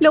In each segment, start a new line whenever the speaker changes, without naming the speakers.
Lo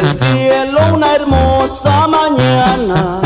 el cielo una hermosa mañana.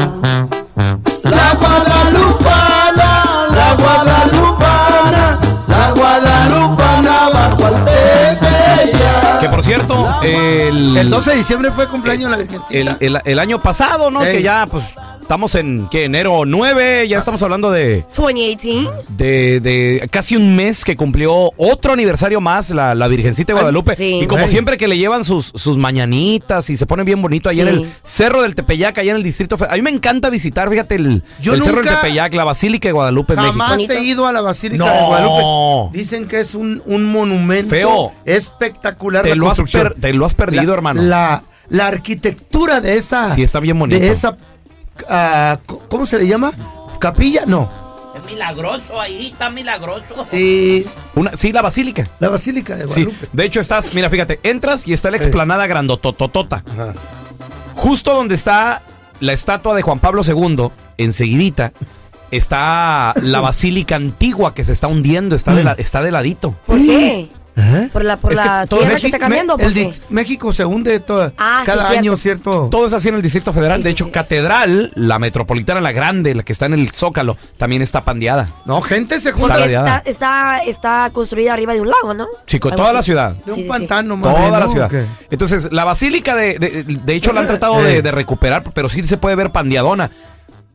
La guadalupana, la guadalupana, la guadalupana bajo al tepeyac.
Que por cierto, el,
el 12 de diciembre fue cumpleaños de la Virgencita.
el, el- el año pasado, ¿no?
Ey.
Que ya, pues, estamos en, ¿qué? Enero 9, ya estamos hablando de,
2018.
de, de casi un mes que cumplió otro aniversario más la, la Virgencita de Guadalupe.
Sí.
Y como
Ey.
siempre que le llevan sus, sus mañanitas y se ponen bien bonito ahí en
Sí.
el Cerro del Tepeyac, allá en el Distrito Fe- A mí me encanta visitar, fíjate, el,
Yo
el Cerro del
nunca-
Tepeyac, la Basílica de Guadalupe en México.
Jamás he ido a la Basílica
No.
de Guadalupe. Dicen que es un, un monumento
Feo.
espectacular.
Te
la
lo has
construcción.
per- te lo has perdido,
La-
hermano.
La, la arquitectura de esa.
Sí, está bien bonito.
De esa. ah, co- ¿Cómo se le llama? ¿Capilla? No.
Es milagroso ahí, está milagroso.
Sí,
Una- sí, la Basílica.
la Basílica de
Sí,
Guadalupe.
de hecho estás, mira, fíjate, entras y está la
Ey.
explanada grandotototota.
Ajá.
Justo donde está la estatua de Juan Pablo II, enseguidita, está la basílica antigua que se está hundiendo, está
Mm.
de, la- está de ladito.
¿Por qué?
¿Eh?
¿Por la, por
Es que
la
todo
tierra que
Meji-
está cambiando?
me-
¿Por
el
qué?
di- México se hunde toda,
Ah, sí,
cada
cierto.
año, ¿cierto?
Todo es así en el Distrito Federal.
Sí,
de
sí,
hecho,
sí.
Catedral, la metropolitana, la grande, la que está en el Zócalo, también está pandeada.
No, gente se
Porque
junta
Está
de
radiada.
está, está, está construida arriba de un lago, ¿no?
Chico,
Algo
toda
así.
la ciudad.
un
Sí, sí, sí.
pantano, más
Toda
bien,
la
¿no?
ciudad.
¿Qué?
Entonces, la basílica de, de- de hecho la han tratado
Eh.
de, de recuperar, pero sí se puede ver pandeadona.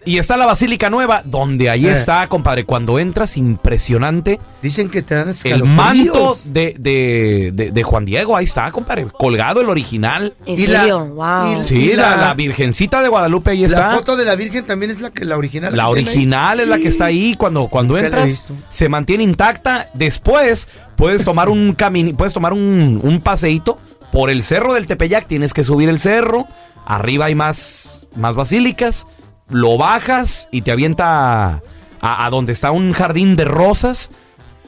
Y está la basílica nueva, donde ahí
Eh.
está, compadre. Cuando entras, impresionante.
Dicen que te dan
El
escalofríos.
manto de, de- de- de Juan Diego, ahí está, compadre. Colgado el original.
¿En
Y la-
serio?
y
wow.
la-
Sí, la,
la-
la Virgencita de Guadalupe, ahí está.
La foto de la Virgen también es la que la original.
La
que tiene ahí.
original es la que está ahí. Cuando, cuando
Nunca la he
entras,
visto.
se mantiene intacta. Después puedes tomar un camino, puedes tomar un, un paseíto por el cerro del Tepeyac. Tienes que subir el cerro. Arriba hay más, más basílicas. Lo bajas y te avienta a, a donde está un jardín de rosas.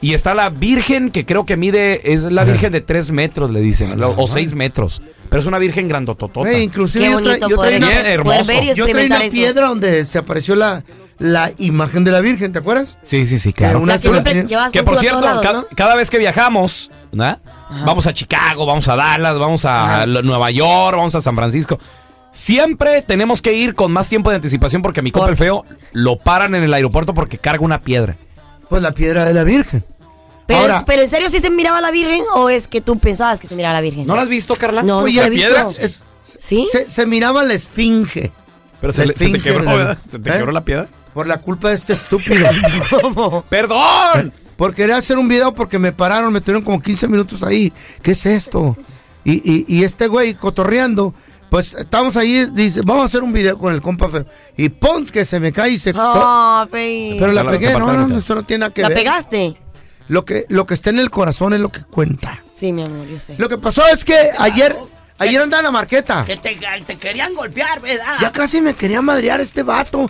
Y está la Virgen, que creo que mide, es la Virgen de 3 metros, le dicen, o- o 6 metros. Pero es una Virgen grandototota.
Güey, Eh, inclusive
Qué
yo, tra-
bonito
yo
poder,
traía
Bien
una,
hermoso.
poder ver y
yo traía
experimentar
una
eso.
piedra donde se apareció la, la imagen de la Virgen, ¿te acuerdas?
Sí, sí, sí,
Que
claro.
una
La que
se la
siempre
enseñé.
llevas
Que por
contigo a
cierto,
todos lados,
ca-
¿no?
cada, vez que viajamos, ¿verdad? vamos a Chicago, vamos a Dallas, vamos a Lo- Nueva York, vamos a San Francisco. Siempre tenemos que ir con más tiempo de anticipación porque a mi compa
Por-
el feo lo paran en el aeropuerto porque carga una piedra.
Pues la piedra de la Virgen.
Pero,
Ahora-
pero ¿en serio sí se miraba a la Virgen o es que tú pensabas que se miraba a la Virgen?
¿No la has visto, Carla?
No,
Oye,
nunca la he
¿has
visto.
visto? Es-
¿Sí?
Se, se miraba la esfinge.
Pero se,
La
le- se te
esfinge
quebró,
de la-
¿verdad? Se te
¿Eh?
quebró la piedra.
Por la culpa de este estúpido.
¡Perdón!
Por querer hacer un video porque me pararon, me tuvieron como 15 minutos ahí. ¿Qué es esto? Y, y- y este güey cotorreando, pues estamos ahí, dice, vamos a hacer un video con el compa feo. Y pon que se me cae y se...
Ah, fe.
Pero la
Se
pegué,
partió
no,
la
no,
mitad.
no, eso no tiene nada que
¿La
ver.
pegaste?
Lo que, lo que está en el corazón es lo que cuenta.
Sí, mi amor, yo sé.
Lo que pasó es que ayer, ayer andaba en la marqueta.
Que te, te querían golpear, ¿verdad?
Ya casi me quería madrear este vato.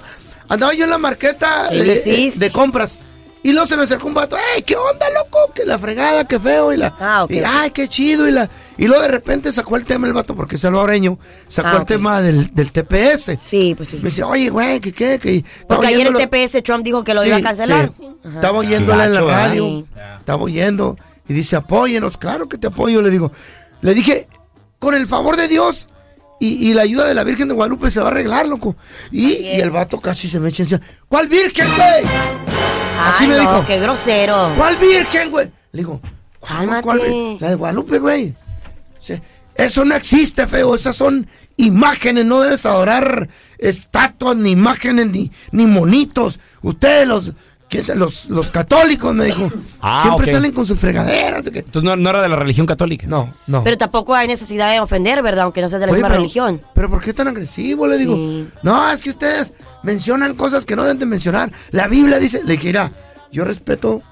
Andaba yo en la marqueta
¿Qué
eh, eh, de,
hiciste?
compras. Y luego se me acercó un vato. ¡Ey, qué onda, loco! Que la fregada, qué feo. Y la.
Ah, ok.
y, ¡Ay, qué chido! Y la. Y luego de repente sacó el tema el vato, porque es salvadoreño. Sacó
Ah,
el
ok.
tema del, del TPS.
Sí, pues sí.
Me dice, oye, güey, ¿qué qué? Que
Porque ayer el
oyéndolo-
TPS Trump dijo que lo
Sí,
iba a cancelar.
sí.
Ajá.
Estaba oyéndola en la
Gacho, ¿verdad?
radio.
Sí.
Estaba oyendo. Y dice, apóyenos. Claro que te apoyo, le digo. Le dije, con el favor de Dios y, y la ayuda de la Virgen de Guadalupe se va a arreglar, loco. Y, y el vato casi se me echa encima. ¿Cuál Virgen, güey? Así
Ay,
me
no,
dijo.
qué grosero.
¿Cuál Virgen, güey? Le digo,
Cálmate.
vir- la de Guadalupe, güey. Dice, Eso no existe, feo. Esas son imágenes. No debes adorar estatuas, ni imágenes, ni, ni monitos. Ustedes, los, ¿qué es? los, los católicos, me dijo.
Ah,
siempre
ok.
salen con sus fregaderas. de que-
Entonces no, no era de la religión católica.
No, no.
Pero tampoco hay necesidad de ofender, ¿verdad? Aunque no seas de la
Oye,
misma
pero-
religión.
Pero ¿por qué tan agresivo? Le digo,
Sí.
no, es que ustedes mencionan cosas que no deben de mencionar. La Biblia dice, le dije, mira, yo respeto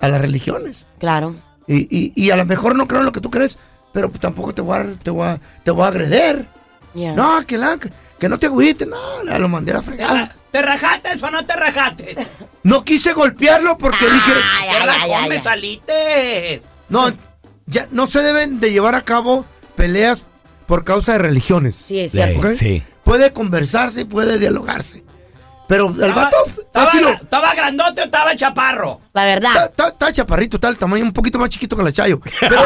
a las religiones.
Claro.
Y, y- y a lo mejor no creo en lo que tú crees, pero pues tampoco te voy a, te voy a, te voy a agreder.
Ya.
No, que, la, que no te agüites, no, la- lo mandé a la fregada.
¿Te rajaste o no te rajaste? ¿Te
No quise golpearlo porque dije,
rajó, me saliste?
no, ya no se deben de llevar a cabo peleas por causa de religiones.
Sí, es
Sí.
cierto.
¿ok?
sí.
Puede conversarse y puede dialogarse. Pero
Ah,
el vato
¿Estaba,
fácil,
gra- estaba grandote o estaba chaparro?
La
está,
verdad.
está- está chaparrito, está el tamaño un poquito más chiquito que la Chayo. Pero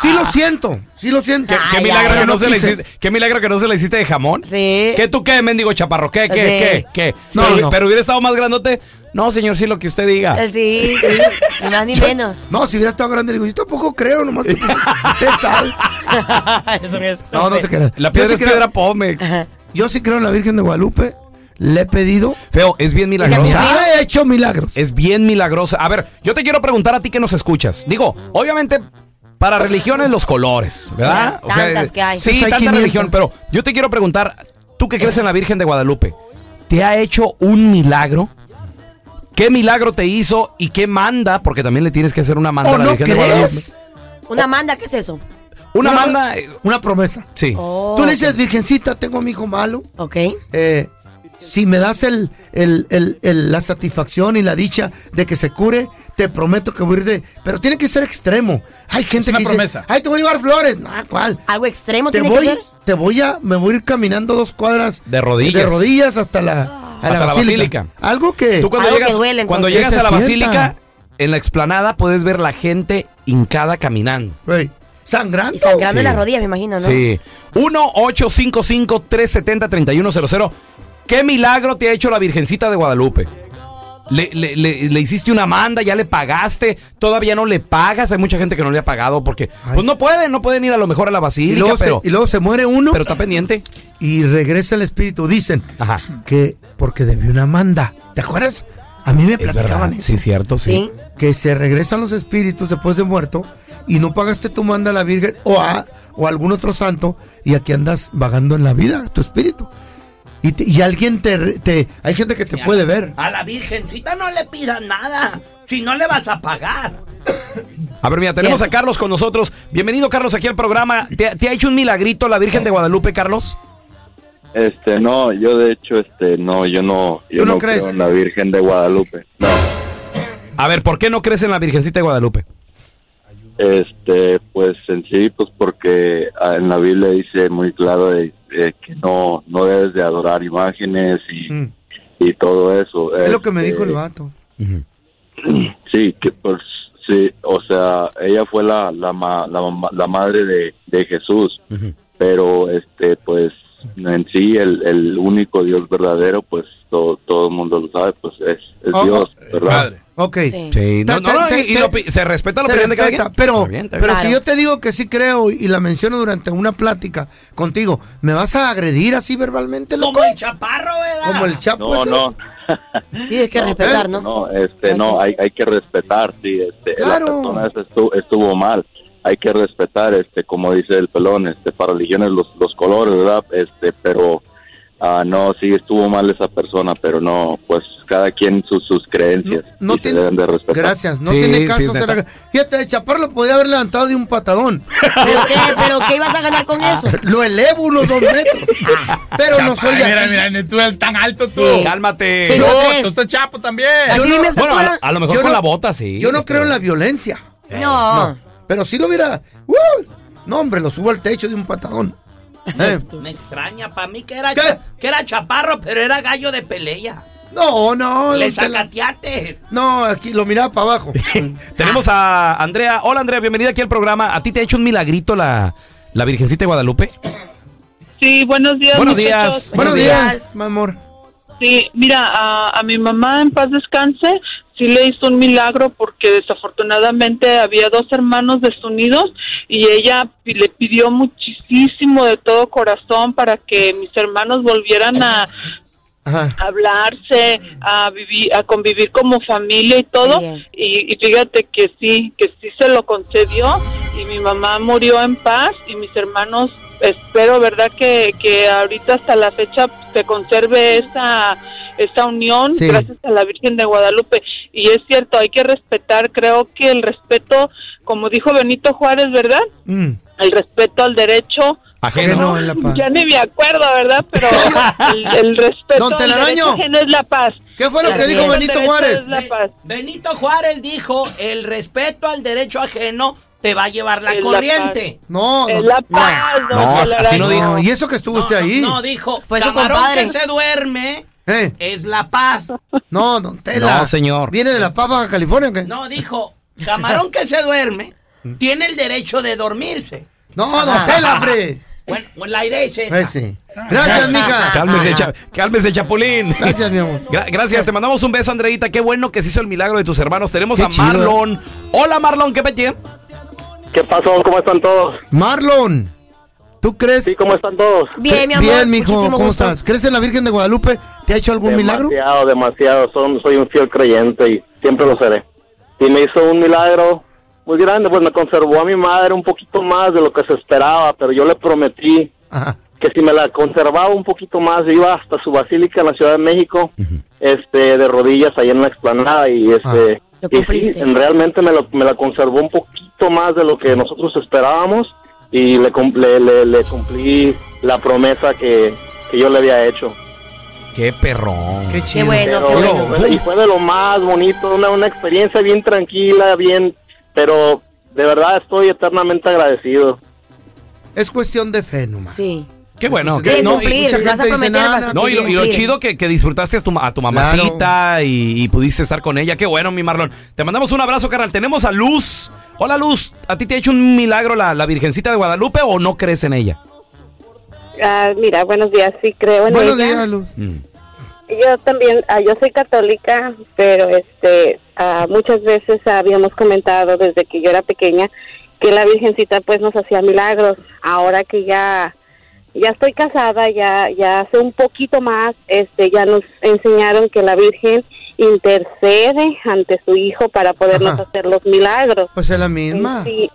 sí lo siento, sí lo siento.
Ay,
Qué
ay,
milagro
ay,
que
no
no se le
quise.
hiciste, qué milagro que no se le hiciste de jamón.
Sí.
¿Qué tú qué, mendigo chaparro? ¿Qué, qué,
Sí.
qué, qué?
No,
pero,
no.
pero hubiera estado más grandote. No, señor, sí, lo que usted diga.
Eh, Sí, sí. Ni más ni menos.
No, si hubiera estado grande, le digo, yo tampoco creo, nomás que pues, usted sabe. No, no te creas.
La piedra
yo,
es
sí
piedra
creo,
pome.
yo sí creo en la Virgen de Guadalupe. Le he pedido.
Feo, es bien
Se
milagrosa.
ha hecho milagros.
Es bien milagrosa. A ver, yo te quiero preguntar a ti que nos escuchas. Digo, obviamente, para religiones los colores, ¿verdad?
Tantas que hay.
Sí,
Pues hay
tanta
500.
religión, pero yo te quiero preguntar, tú que crees en la Virgen de Guadalupe, ¿te ha hecho un milagro? ¿Qué milagro te hizo y qué manda? Porque también le tienes que hacer una manda
¿O
a la
no
Virgen de Guadalupe.
crees?
Una manda, ¿qué es eso?
Una manda eh, es...
Una promesa.
Sí.
Oh,
Tú le dices, Virgencita, tengo a mi hijo malo.
Ok.
eh, si me das el, el- el- el- la satisfacción y la dicha de que se cure, te prometo que voy a ir de. Pero tiene que ser extremo. Hay gente
una
que
promesa.
dice, ay, te voy a llevar flores. No, ¿cuál?
Algo extremo
Te
tiene
voy,
que ser.
te voy a, me voy a ir caminando dos cuadras
De rodillas.
de rodillas hasta la, a
Hasta la basílica.
Algo que
Tú cuando
Algo que
llegas,
duele,
cuando
entonces.
Que
llegas
se
a la
sienta.
basílica, en la explanada puedes ver la gente hincada caminando.
Güey, sangrando.
Y sangrando
Sí.
en las rodillas, me imagino, ¿no?
Sí. 1-855-370-3100. ¿Qué milagro te ha hecho la Virgencita de Guadalupe? Le, le- le- le hiciste una manda, ya le pagaste, todavía no le pagas. Hay mucha gente que no le ha pagado porque
Ay,
pues no pueden, no pueden ir a lo mejor a la
y,
basílica,
luego se,
pero,
y luego se muere uno
pero está pendiente.
y regresa el espíritu. Dicen
Ajá.
que porque debió una manda. ¿Te acuerdas? A mí me
Es
platicaban
verdad.
eso.
Sí, cierto, sí.
Sí.
que se regresan los espíritus después de muerto y no pagaste tu manda a la Virgen o a, o a algún otro santo y aquí andas vagando en la vida, tu espíritu. Y, te- y alguien te, re- te... Hay gente que te puede ver.
A la virgencita no le pidas nada. Si no le vas a pagar.
A ver, mira, tenemos a Carlos con nosotros. Bienvenido, Carlos, aquí al programa. ¿Te, te ha hecho un milagrito la Virgen de Guadalupe, Carlos?
Este, no, yo de hecho, este, no, yo no, yo
¿Tú no
no,
crees?
creo en la Virgen de Guadalupe. No,
A ver, ¿por qué no crees en la Virgencita de Guadalupe?
este, pues en sí, pues porque ah, en la Biblia dice muy claro de, de que no, no debes de adorar imágenes y,
Mm.
y todo eso.
Es lo que me
Este,
dijo el vato.
Sí, que pues, sí, o sea, ella fue la, la, ma- la, ma- la madre de, de Jesús, pero este, pues en sí el, el único Dios verdadero, pues todo todo el mundo lo sabe, pues es, es
Oh,
Dios, ¿verdad?
Padre.
Ok.
Sí, no,
Te-
no, no,
te-
y- y
te-
lo pi- se respeta la
se
opinión de cada
respeta,
quien.
Pero,
Está bien, está
pero
bien.
si yo te digo que sí creo y la menciono durante una plática contigo, ¿me vas a agredir así verbalmente, loco? Como el
chaparro,
¿verdad? Como el chapo.
No,
ese.
no,
Tienes que
eh.
respetar, ¿no?
no, este, no, hay, hay que respetar, sí, este,
Claro.
la persona esa estuvo, estuvo mal, hay que respetar, este, como dice el pelón, este, para religiones los, los colores, ¿verdad? Este, pero, ah, no, sí, estuvo mal esa persona, pero no, pues cada quien sus, sus creencias,
no
y se deben de respetar.
Gracias, no
Sí,
tiene
sí,
caso
es
hacer
neta.
ag- Fíjate, el Chaparro lo podía haber levantado de un patadón. Ah.
¿Pero qué, ¿Pero qué ibas a ganar con eso?
Lo elevo unos dos metros. pero no soy así.
Mira, mira, ni tú eres tan alto tú.
Sí.
Cálmate.
Sí,
No,
no crees.
tú estás chapo también.
Yo no-
Bueno, a, lo- a lo mejor
Yo
con
no-
la bota, sí.
Yo no creo en la violencia.
Eh. No.
Pero si lo hubiera. ¡Uh! No, hombre, lo subo al techo de un patadón. Eh,
Me extraña, para mí que era,
¿Qué?
cha- que era chaparro, pero era gallo de pelea.
No, no.
Le
usted la-
sacateates.
No, aquí lo miraba para abajo.
Tenemos a Andrea. Hola, Andrea, bienvenida aquí al programa. ¿A ti te ha hecho un milagrito la, la Virgencita de Guadalupe?
Sí, buenos días.
Buenos días.
muchachos.
Buenos
Buenos
días, mi amor.
Sí, mira, a, a mi mamá en paz descanse, sí le hizo un milagro porque desafortunadamente había dos hermanos desunidos y ella pi- le pidió muchísimo de todo corazón para que mis hermanos volvieran a
Ajá.
hablarse, a vivir, a convivir como familia y todo.
Bien.
Y, y fíjate que sí, que sí se lo concedió y mi mamá murió en paz y mis hermanos, espero, verdad, que, que ahorita hasta la fecha se conserve esa esta unión
Sí.
gracias a la Virgen de Guadalupe y es cierto hay que respetar creo que el respeto como dijo Benito Juárez verdad
Mm.
el respeto al derecho
Que
Ajeno.
no, en la paz.
ya ni me acuerdo verdad pero el, el respeto
Don
al
Telaraño.
derecho ajeno este es la paz
¿Qué fue lo que
Así
dijo
es.
Benito
El derecho
Juárez?
es la paz.
Benito Juárez dijo, el respeto al derecho ajeno te va a llevar la
Es la
corriente.
Eh, No,
Es
no.
la paz, don
No, así
Telaraño.
no dijo.
No, y eso que estuvo usted
no,
ahí.
no, dijo,
Fue su
camarón
compadre.
que se duerme
Eh,
es la paz.
no, don Tela.
No, señor.
¿Viene de la paz Baja California o qué?
No, dijo, camarón que se duerme tiene el derecho de dormirse.
No, don Tela, hombre.
Bueno, pues la idea es esa.
Ese.
Ah.
Gracias, mija.
Cálmese, cha- cálmese, Chapulín.
Gracias, mi amor.
Gra- gracias, te mandamos un beso, Andreita. Qué bueno que se hizo el milagro de tus hermanos. Tenemos
Qué
a
chido.
Marlon. Hola, Marlon, ¿qué pete?
¿Qué pasó? ¿Cómo están todos?
Marlon, ¿tú crees?
¿cómo están todos?
Bien, mi amor.
Bien, mijo,
muchísimo
¿cómo
gusto.
estás? ¿Crees en la Virgen de Guadalupe? ¿Te ha hecho algún milagro?
Demasiado, demasiado. Son, soy un fiel creyente y siempre lo seré. Y me hizo un milagro muy grande, pues me conservó a mi madre un poquito más de lo que se esperaba, pero yo le prometí
Ajá.
que si me la conservaba un poquito más, yo iba hasta su basílica en la Ciudad de México, este, de rodillas ahí en la explanada y este,
Lo
y sí,
cumpliste.
realmente me, lo- me la conservó un poquito más de lo que nosotros esperábamos y le, cum- le, le- le cumplí la promesa que, que yo le había hecho.
Qué perrón.
Qué
Qué
chido.
bueno, qué
Pero-
bueno.
fue- y fue de lo más bonito, una, una experiencia bien tranquila, bien, pero de verdad estoy eternamente agradecido.
Es cuestión de fe nomás.
Sí.
Qué bueno.
Tienes
que-
que
no, y-
cumplir,
mucha
vas
gente
a
dice,
prometer,
nada,
vas a
no, y, lo, y lo
cumplir.
chido que, que disfrutaste a tu, ma- a tu mamacita y, y pudiste estar con ella. Qué bueno, mi Marlon. Te mandamos un abrazo, carnal. Tenemos a Luz. Hola, Luz. ¿A ti te ha hecho un milagro la, la Virgencita de Guadalupe o no crees en ella?
Ah, mira, buenos días, sí creo en
Buenos
ella.
días, Luz.
Mm.
Yo también, ah, yo soy católica, pero este, ah, muchas veces habíamos comentado desde que yo era pequeña que la Virgencita pues nos hacía milagros. Ahora que ya ya estoy casada, ya ya hace un poquito más, este, ya nos enseñaron que la Virgen intercede ante su hijo para podernos
Ajá.
hacer los milagros.
Pues es la misma.
Sí.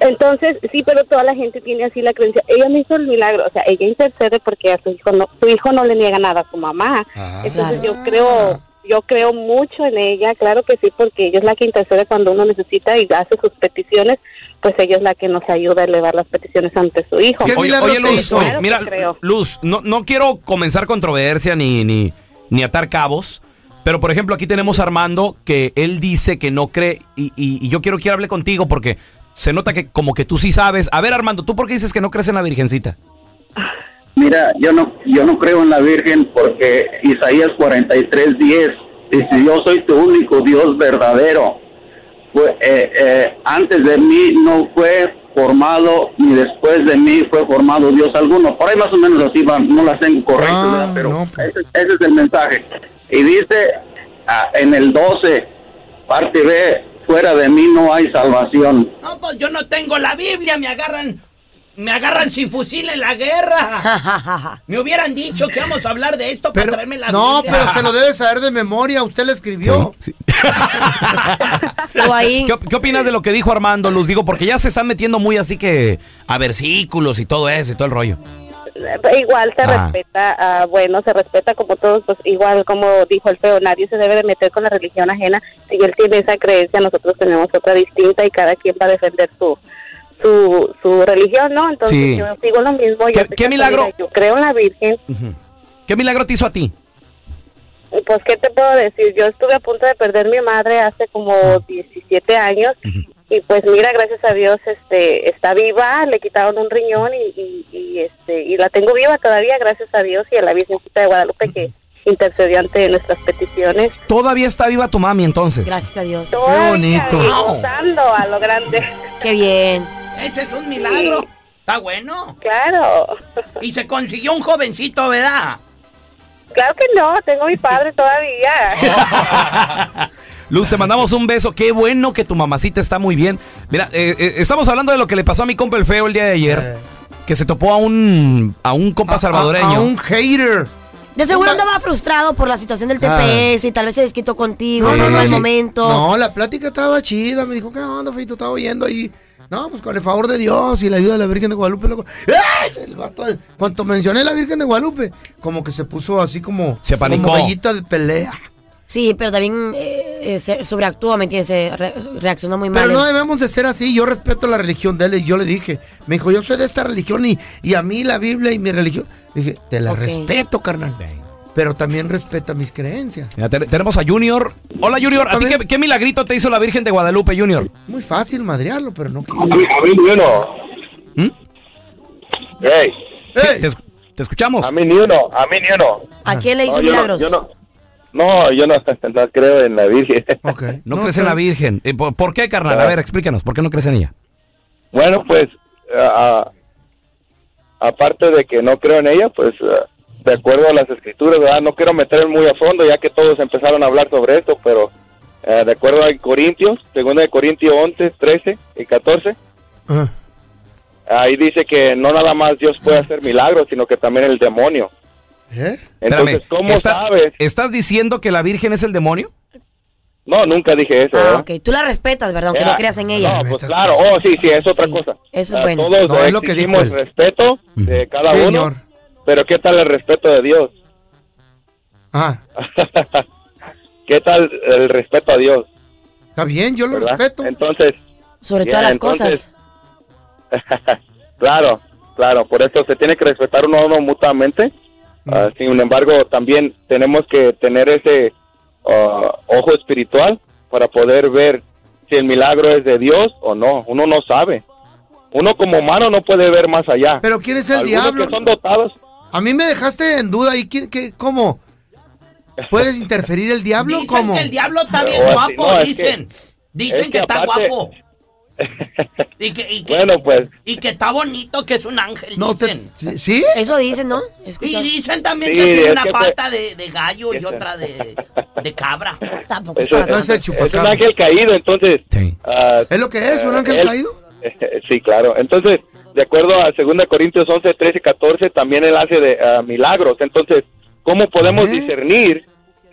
Entonces, sí, pero toda la gente tiene así la creencia. Ella me hizo el milagro, o sea, ella intercede porque a su hijo no, su hijo no le niega nada a su mamá.
Ah.
Entonces yo creo, yo creo mucho en ella, claro que sí, porque ella es la que intercede cuando uno necesita y hace sus peticiones, pues ella es la que nos ayuda a elevar las peticiones ante su hijo.
¿Qué
Oye,
milagro
oye,
te
Luz,
hizo?
oye,
Claro que
mira,
creo.
Luz, no, no quiero comenzar controversia ni, ni, ni atar cabos, pero por ejemplo aquí tenemos a Armando que él dice que no cree y, y- y yo quiero que hable contigo porque se nota que como que tú sí sabes. A ver, Armando, ¿tú por qué dices que no crees en la Virgencita?
Mira, yo no, yo no creo en la Virgen porque Isaías 43.10 dice, yo soy tu único Dios verdadero. Fue- eh, eh, antes de mí no fue
formado ni después de mí fue formado Dios alguno. Por ahí más o menos así van, no las tengo correctas, ¿verdad? pero ese, ese es el mensaje. Y dice ah, en el 12, parte B, fuera de mí no hay salvación.
No, pues yo no tengo la Biblia, me agarran, me agarran sin fusil en la guerra. Me hubieran dicho que vamos a hablar de esto para traerme la
No,
Biblia.
pero se lo debe saber de memoria. Usted le escribió.
¿Qué, qué opinas de lo que dijo Armando, Luz? Digo, porque ya se están metiendo muy así que a versículos y todo eso y todo el rollo.
eh, Igual se
Ah.
respeta, ah, bueno, se respeta como todos, pues igual como dijo el feo, nadie se debe de meter con la religión ajena. Si él tiene esa creencia, nosotros tenemos otra distinta y cada quien va a defender su su, su religión, ¿no? Entonces
Sí.
yo sigo lo mismo. yo
¿Qué- qué
soy católica,
milagro?
Yo creo en la Virgen.
Ujú. ¿Qué milagro te hizo a ti?
Pues, ¿qué te puedo decir? Yo estuve a punto de perder mi madre hace como 17 años y pues mira, gracias a Dios, este, está viva, le quitaron un riñón y, y- y, este, y la tengo viva todavía, gracias a Dios y a la Virgencita de Guadalupe que intercedió ante nuestras peticiones.
Todavía está viva tu mami entonces.
Gracias
a Dios.
Todavía
bonito.
y gozando a lo grande.
Qué bien.
Ese es un milagro. Está bueno.
Claro.
Y se consiguió un jovencito, ¿verdad?
Claro que no, tengo a mi padre todavía.
Luz, te mandamos un beso. Qué bueno que tu mamacita está muy bien. Mira, eh, eh, estamos hablando de lo que le pasó a mi compa el feo el día de ayer. Que se topó a un, a un compa salvadoreño.
un hater.
De seguro andaba frustrado por la situación del
Ah.
TPS y tal vez se desquitó contigo, no, no, el
sí.
momento.
No, la plática estaba chida. Me dijo, ¿qué onda, Feito? Estaba oyendo ahí. No, pues con el favor de Dios y la ayuda de la Virgen de Guadalupe, loco. ¡Ay! El vato, el- cuando mencioné la Virgen de Guadalupe, como que se puso así como. Se
apanicó.
Como gallita de pelea.
Sí, pero también eh, eh, se sobreactuó, ¿me entiendes? Se re- reaccionó muy mal.
Pero no
él.
debemos de ser así. Yo respeto la religión de él y yo le dije, me dijo, yo soy de esta religión y, y a mí la Biblia y mi religión. Dije, te la
Ok.
respeto, carnal. Pero también respeta mis creencias.
Mira, te- tenemos a Junior. Hola, Junior. ¿A ti qué, qué milagrito te hizo la Virgen de Guadalupe, Junior?
Muy fácil madrearlo, pero no quiso.
A mí- a mí ni uno.
Hey.
¿Mm? ¿Te, esc- te escuchamos?
A mí ni uno, a mí ni uno.
¿A quién le hizo
yo no-
milagros?
yo no, no, yo no, no creo en la Virgen.
No, crees en la Virgen. Eh, ¿por, por qué, carnal? A ver, explícanos. ¿Por qué no crees en ella?
Bueno, pues, ah, aparte de que no creo en ella, pues, ah, de acuerdo a las escrituras, ¿verdad? no quiero meterme muy a fondo ya que todos empezaron a hablar sobre esto, pero ah, de acuerdo a Corintios, segunda de Corintios 11, 13 y 14,
Ajá.
ahí dice que no nada más Dios puede hacer milagros, sino que también el demonio. Entonces,
Espérame,
¿cómo
¿está-
sabes?
¿Estás diciendo que la Virgen es el demonio?
No, nunca dije eso.
Ah, ok. Tú la respetas, ¿verdad? Aunque
Era-
no creas en ella.
No, pues claro, oh, sí, sí, es otra cosa.
eso es
A
bueno.
Todos
No,
eh,
es lo que dijo
exigimos
él.
respeto de cada
Señor.
uno, pero ¿qué tal el respeto de Dios?
Ah.
¿Qué tal el respeto a Dios?
Está bien, yo lo
respeto. Entonces...
Sobre
ya,
todas las
entonces-
cosas.
claro, claro, por eso se tiene que respetar uno a uno mutuamente.
Mm.
Ah, sin embargo, también tenemos que tener ese ah, ojo espiritual para poder ver si el milagro es de Dios o no. Uno no sabe. Uno como humano no puede ver más allá.
Pero ¿quién es el
Algunos
diablo?
que son dotados.
A mí me dejaste en duda. ¿Y quién, qué, cómo? ¿Puedes interferir el diablo?
Dicen
¿Cómo?
que el diablo está bien
O así,
guapo,
oh, no, es
dicen.
que-
dicen
es
que,
que
está
aparte-
guapo. y, que, y, que,
Bueno, pues.
y que está bonito, que es un ángel, dicen.
¿Sí?
Eso dicen, ¿no?
Y dicen también
Sí,
que tiene
es
una
que fue-
pata de, de gallo y otra de, de cabra.
Tampoco
es, es- es un ángel caído, entonces. ah,
¿Es lo que es, un
ah,
ángel
él-
caído?
sí, claro. Entonces, de acuerdo a 2 Corintios 11, 13 y 14, también él hace de, ah, milagros. Entonces, ¿cómo podemos discernir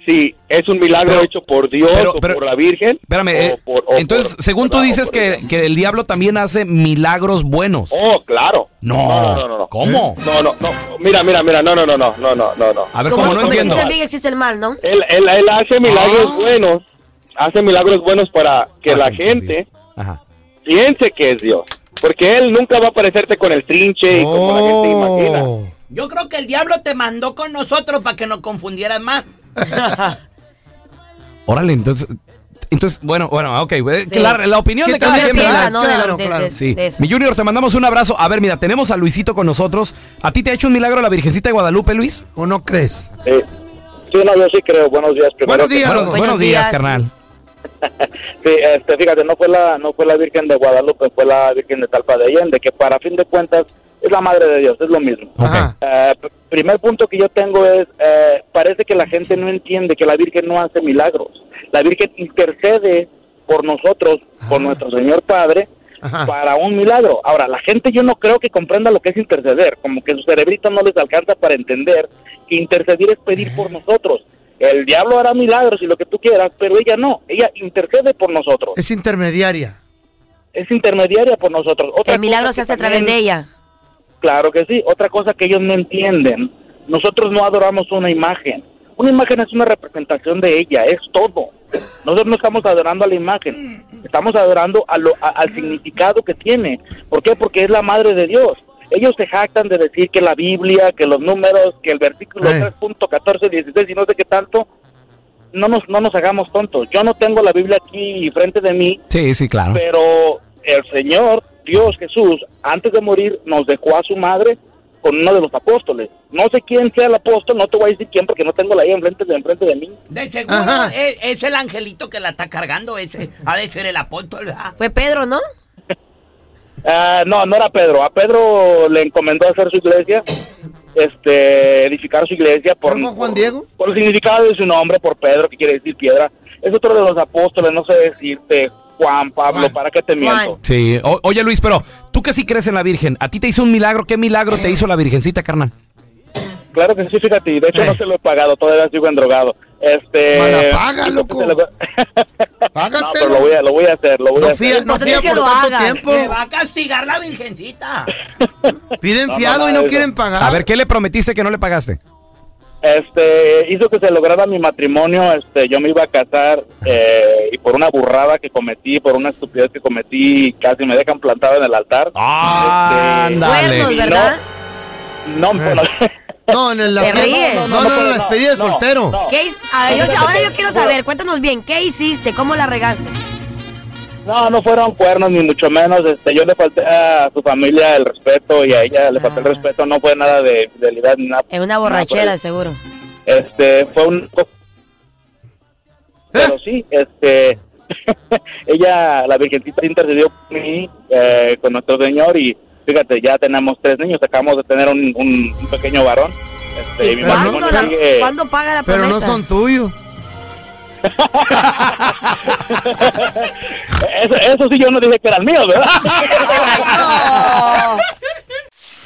si es un milagro hecho por Dios o por la Virgen?
Espérame,
o
eh,
por- o
entonces,
por-
según tú
o
dices que, que el diablo también hace milagros buenos.
Oh, claro.
No.
No, no, no, no.
¿Cómo?
No, no, no. Mira, mira, mira. No, no, no, no, no, no, no.
A ver,
Como, como existe el bien, existe el mal, ¿no?
Él, él- él hace milagros buenos. Hace milagros buenos para que la gente piense que es Dios. Porque él nunca va a aparecerte con el trinche y como la gente imagina.
Yo creo que el diablo te mandó con nosotros para que nos confundieras más.
Órale, entonces. Entonces, bueno, bueno, ok. güey.
Sí.
Que La, la opinión
Que
de cada
también
quien,
piensa,
¿verdad?
¿no? Claro, De- de- claro. de-
Sí.
de eso.
Mi Junior, te mandamos un abrazo. A ver, mira, tenemos a Luisito con nosotros. ¿A ti te ha hecho un milagro la Virgencita de Guadalupe, Luis?
¿O no crees?
Sí, no, yo sí creo. Buenos días. Eh, Primero
Buenos
que
días,
nada.
buenos, buenos días, carnal.
Sí, este, fíjate, no fue la no fue la Virgen de Guadalupe, fue la Virgen de Talpa de Allende, que para fin de cuentas es la madre de Dios, es lo mismo. Eh, pr- primer punto que yo tengo es, eh, parece que la gente no entiende que la Virgen no hace milagros. La Virgen intercede por nosotros, por nuestro Señor Padre, para un milagro. Ahora, la gente yo no creo que comprenda lo que es interceder, como que su cerebrito no les alcanza para entender que interceder es pedir por nosotros. El diablo hará milagros y lo que tú quieras, pero ella no, ella intercede por nosotros.
Es intermediaria.
Es intermediaria por nosotros. Otra
El milagro
cosa
se
que
hace a través
también-
de ella.
Claro que sí. Otra cosa que ellos no entienden, nosotros no adoramos una imagen. Una imagen es una representación de ella, es todo. Nosotros no estamos adorando a la imagen, estamos adorando a lo- a- al significado que tiene. ¿Por qué? Porque es la madre de Dios. Ellos se jactan de decir que la Biblia, que los números, que el versículo 3.14, 16 y no sé qué tanto. No nos, no nos hagamos tontos. Yo no tengo la Biblia aquí frente de mí,
Sí, sí,
Ah.
claro.
pero el Señor, Dios Jesús, antes de morir, nos dejó a su madre con uno de los apóstoles. No sé quién sea el apóstol, no te voy a decir quién porque no tengo la ahí enfrente de, enfrente de mí.
De seguro es, es el angelito que la está cargando ese. Ha de ser el apóstol. ¿verdad?
Fue Pedro, ¿no?
Ah, no, no era Pedro. A Pedro le encomendó hacer su iglesia, este, edificar su iglesia por, Juan Diego? por el significado de su nombre, por Pedro, que quiere decir piedra. Es otro de los apóstoles, no sé decirte Juan, Pablo, ¿para qué te miento?
Sí, o- oye Luis, pero tú que sí crees en la Virgen, a ti te hizo un milagro, ¿qué milagro te hizo la Virgencita, carnal?
Claro que sí, fíjate, y de hecho no
Eh.
se lo he pagado, todavía sigo endrogado. Este, paga, loco. No, pero lo voy a, lo voy a hacer, lo voy a hacer.
Me va a castigar la virgencita.
Piden
fiado y no quieren
pagar.
A ver, ¿qué le prometiste que no le pagaste?
Este, hizo que se lograra mi matrimonio, este, yo me iba a casar eh, y por una burrada que cometí, por una estupidez que cometí, casi me dejan plantado en el altar. Este,
ándale. Cuernos, ¿verdad?
No, no, bueno,
No, en el- la
Te
no,
ríes.
No, no, no, no, la despedida de soltero.
¿Qué his- a ver, yo- ahora yo quiero saber, cuéntanos bien, ¿qué hiciste? ¿Cómo la regaste?
No, no fueron cuernos ni mucho menos. Este, yo le falté a su familia el respeto y a ella le falté el respeto. No fue nada de infidelidad ni nada.
En Ah. una borrachera, seguro.
Este, fue un. Pero sí, este. ella, la Virgencita, intercedió por mí eh, con nuestro Señor y fíjate, ya tenemos tres niños. Acabamos de tener un, un- un pequeño varón. Este, y mi matrimonio sigue-
¿Cuándo paga la
Pero no
promesa?
son tuyos.
Eso, eso sí, yo no dije que eran míos, ¿verdad?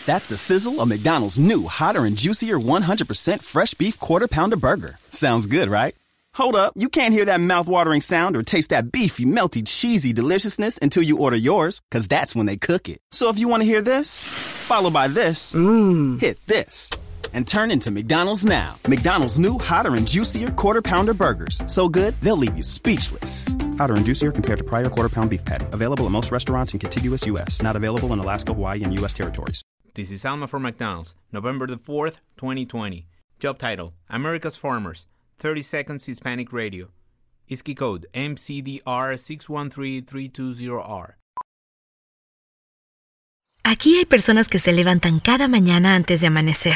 That's the sizzle of McDonald's new hotter and juicier 100% fresh beef quarter pounder burger. Sounds good, right? Hold up, you can't hear that mouth-watering sound or taste that beefy, melty, cheesy deliciousness until you order yours, cuz that's when they cook it. So if you want to hear this, followed by this, hit this and turn into McDonald's now. McDonald's new hotter and juicier quarter pounder burgers. So good, they'll leave you speechless. Hotter and juicier compared to prior quarter pound beef patty. Available at most restaurants in contiguous US. Not available in Alaska, Hawaii, and US territories.
This is Alma from McDonald's, November the 4th, 2020. Job title America's Farmers, 30 Seconds Hispanic Radio. ISKI code MCDR613320R.
Aquí hay personas que se levantan cada mañana antes de amanecer,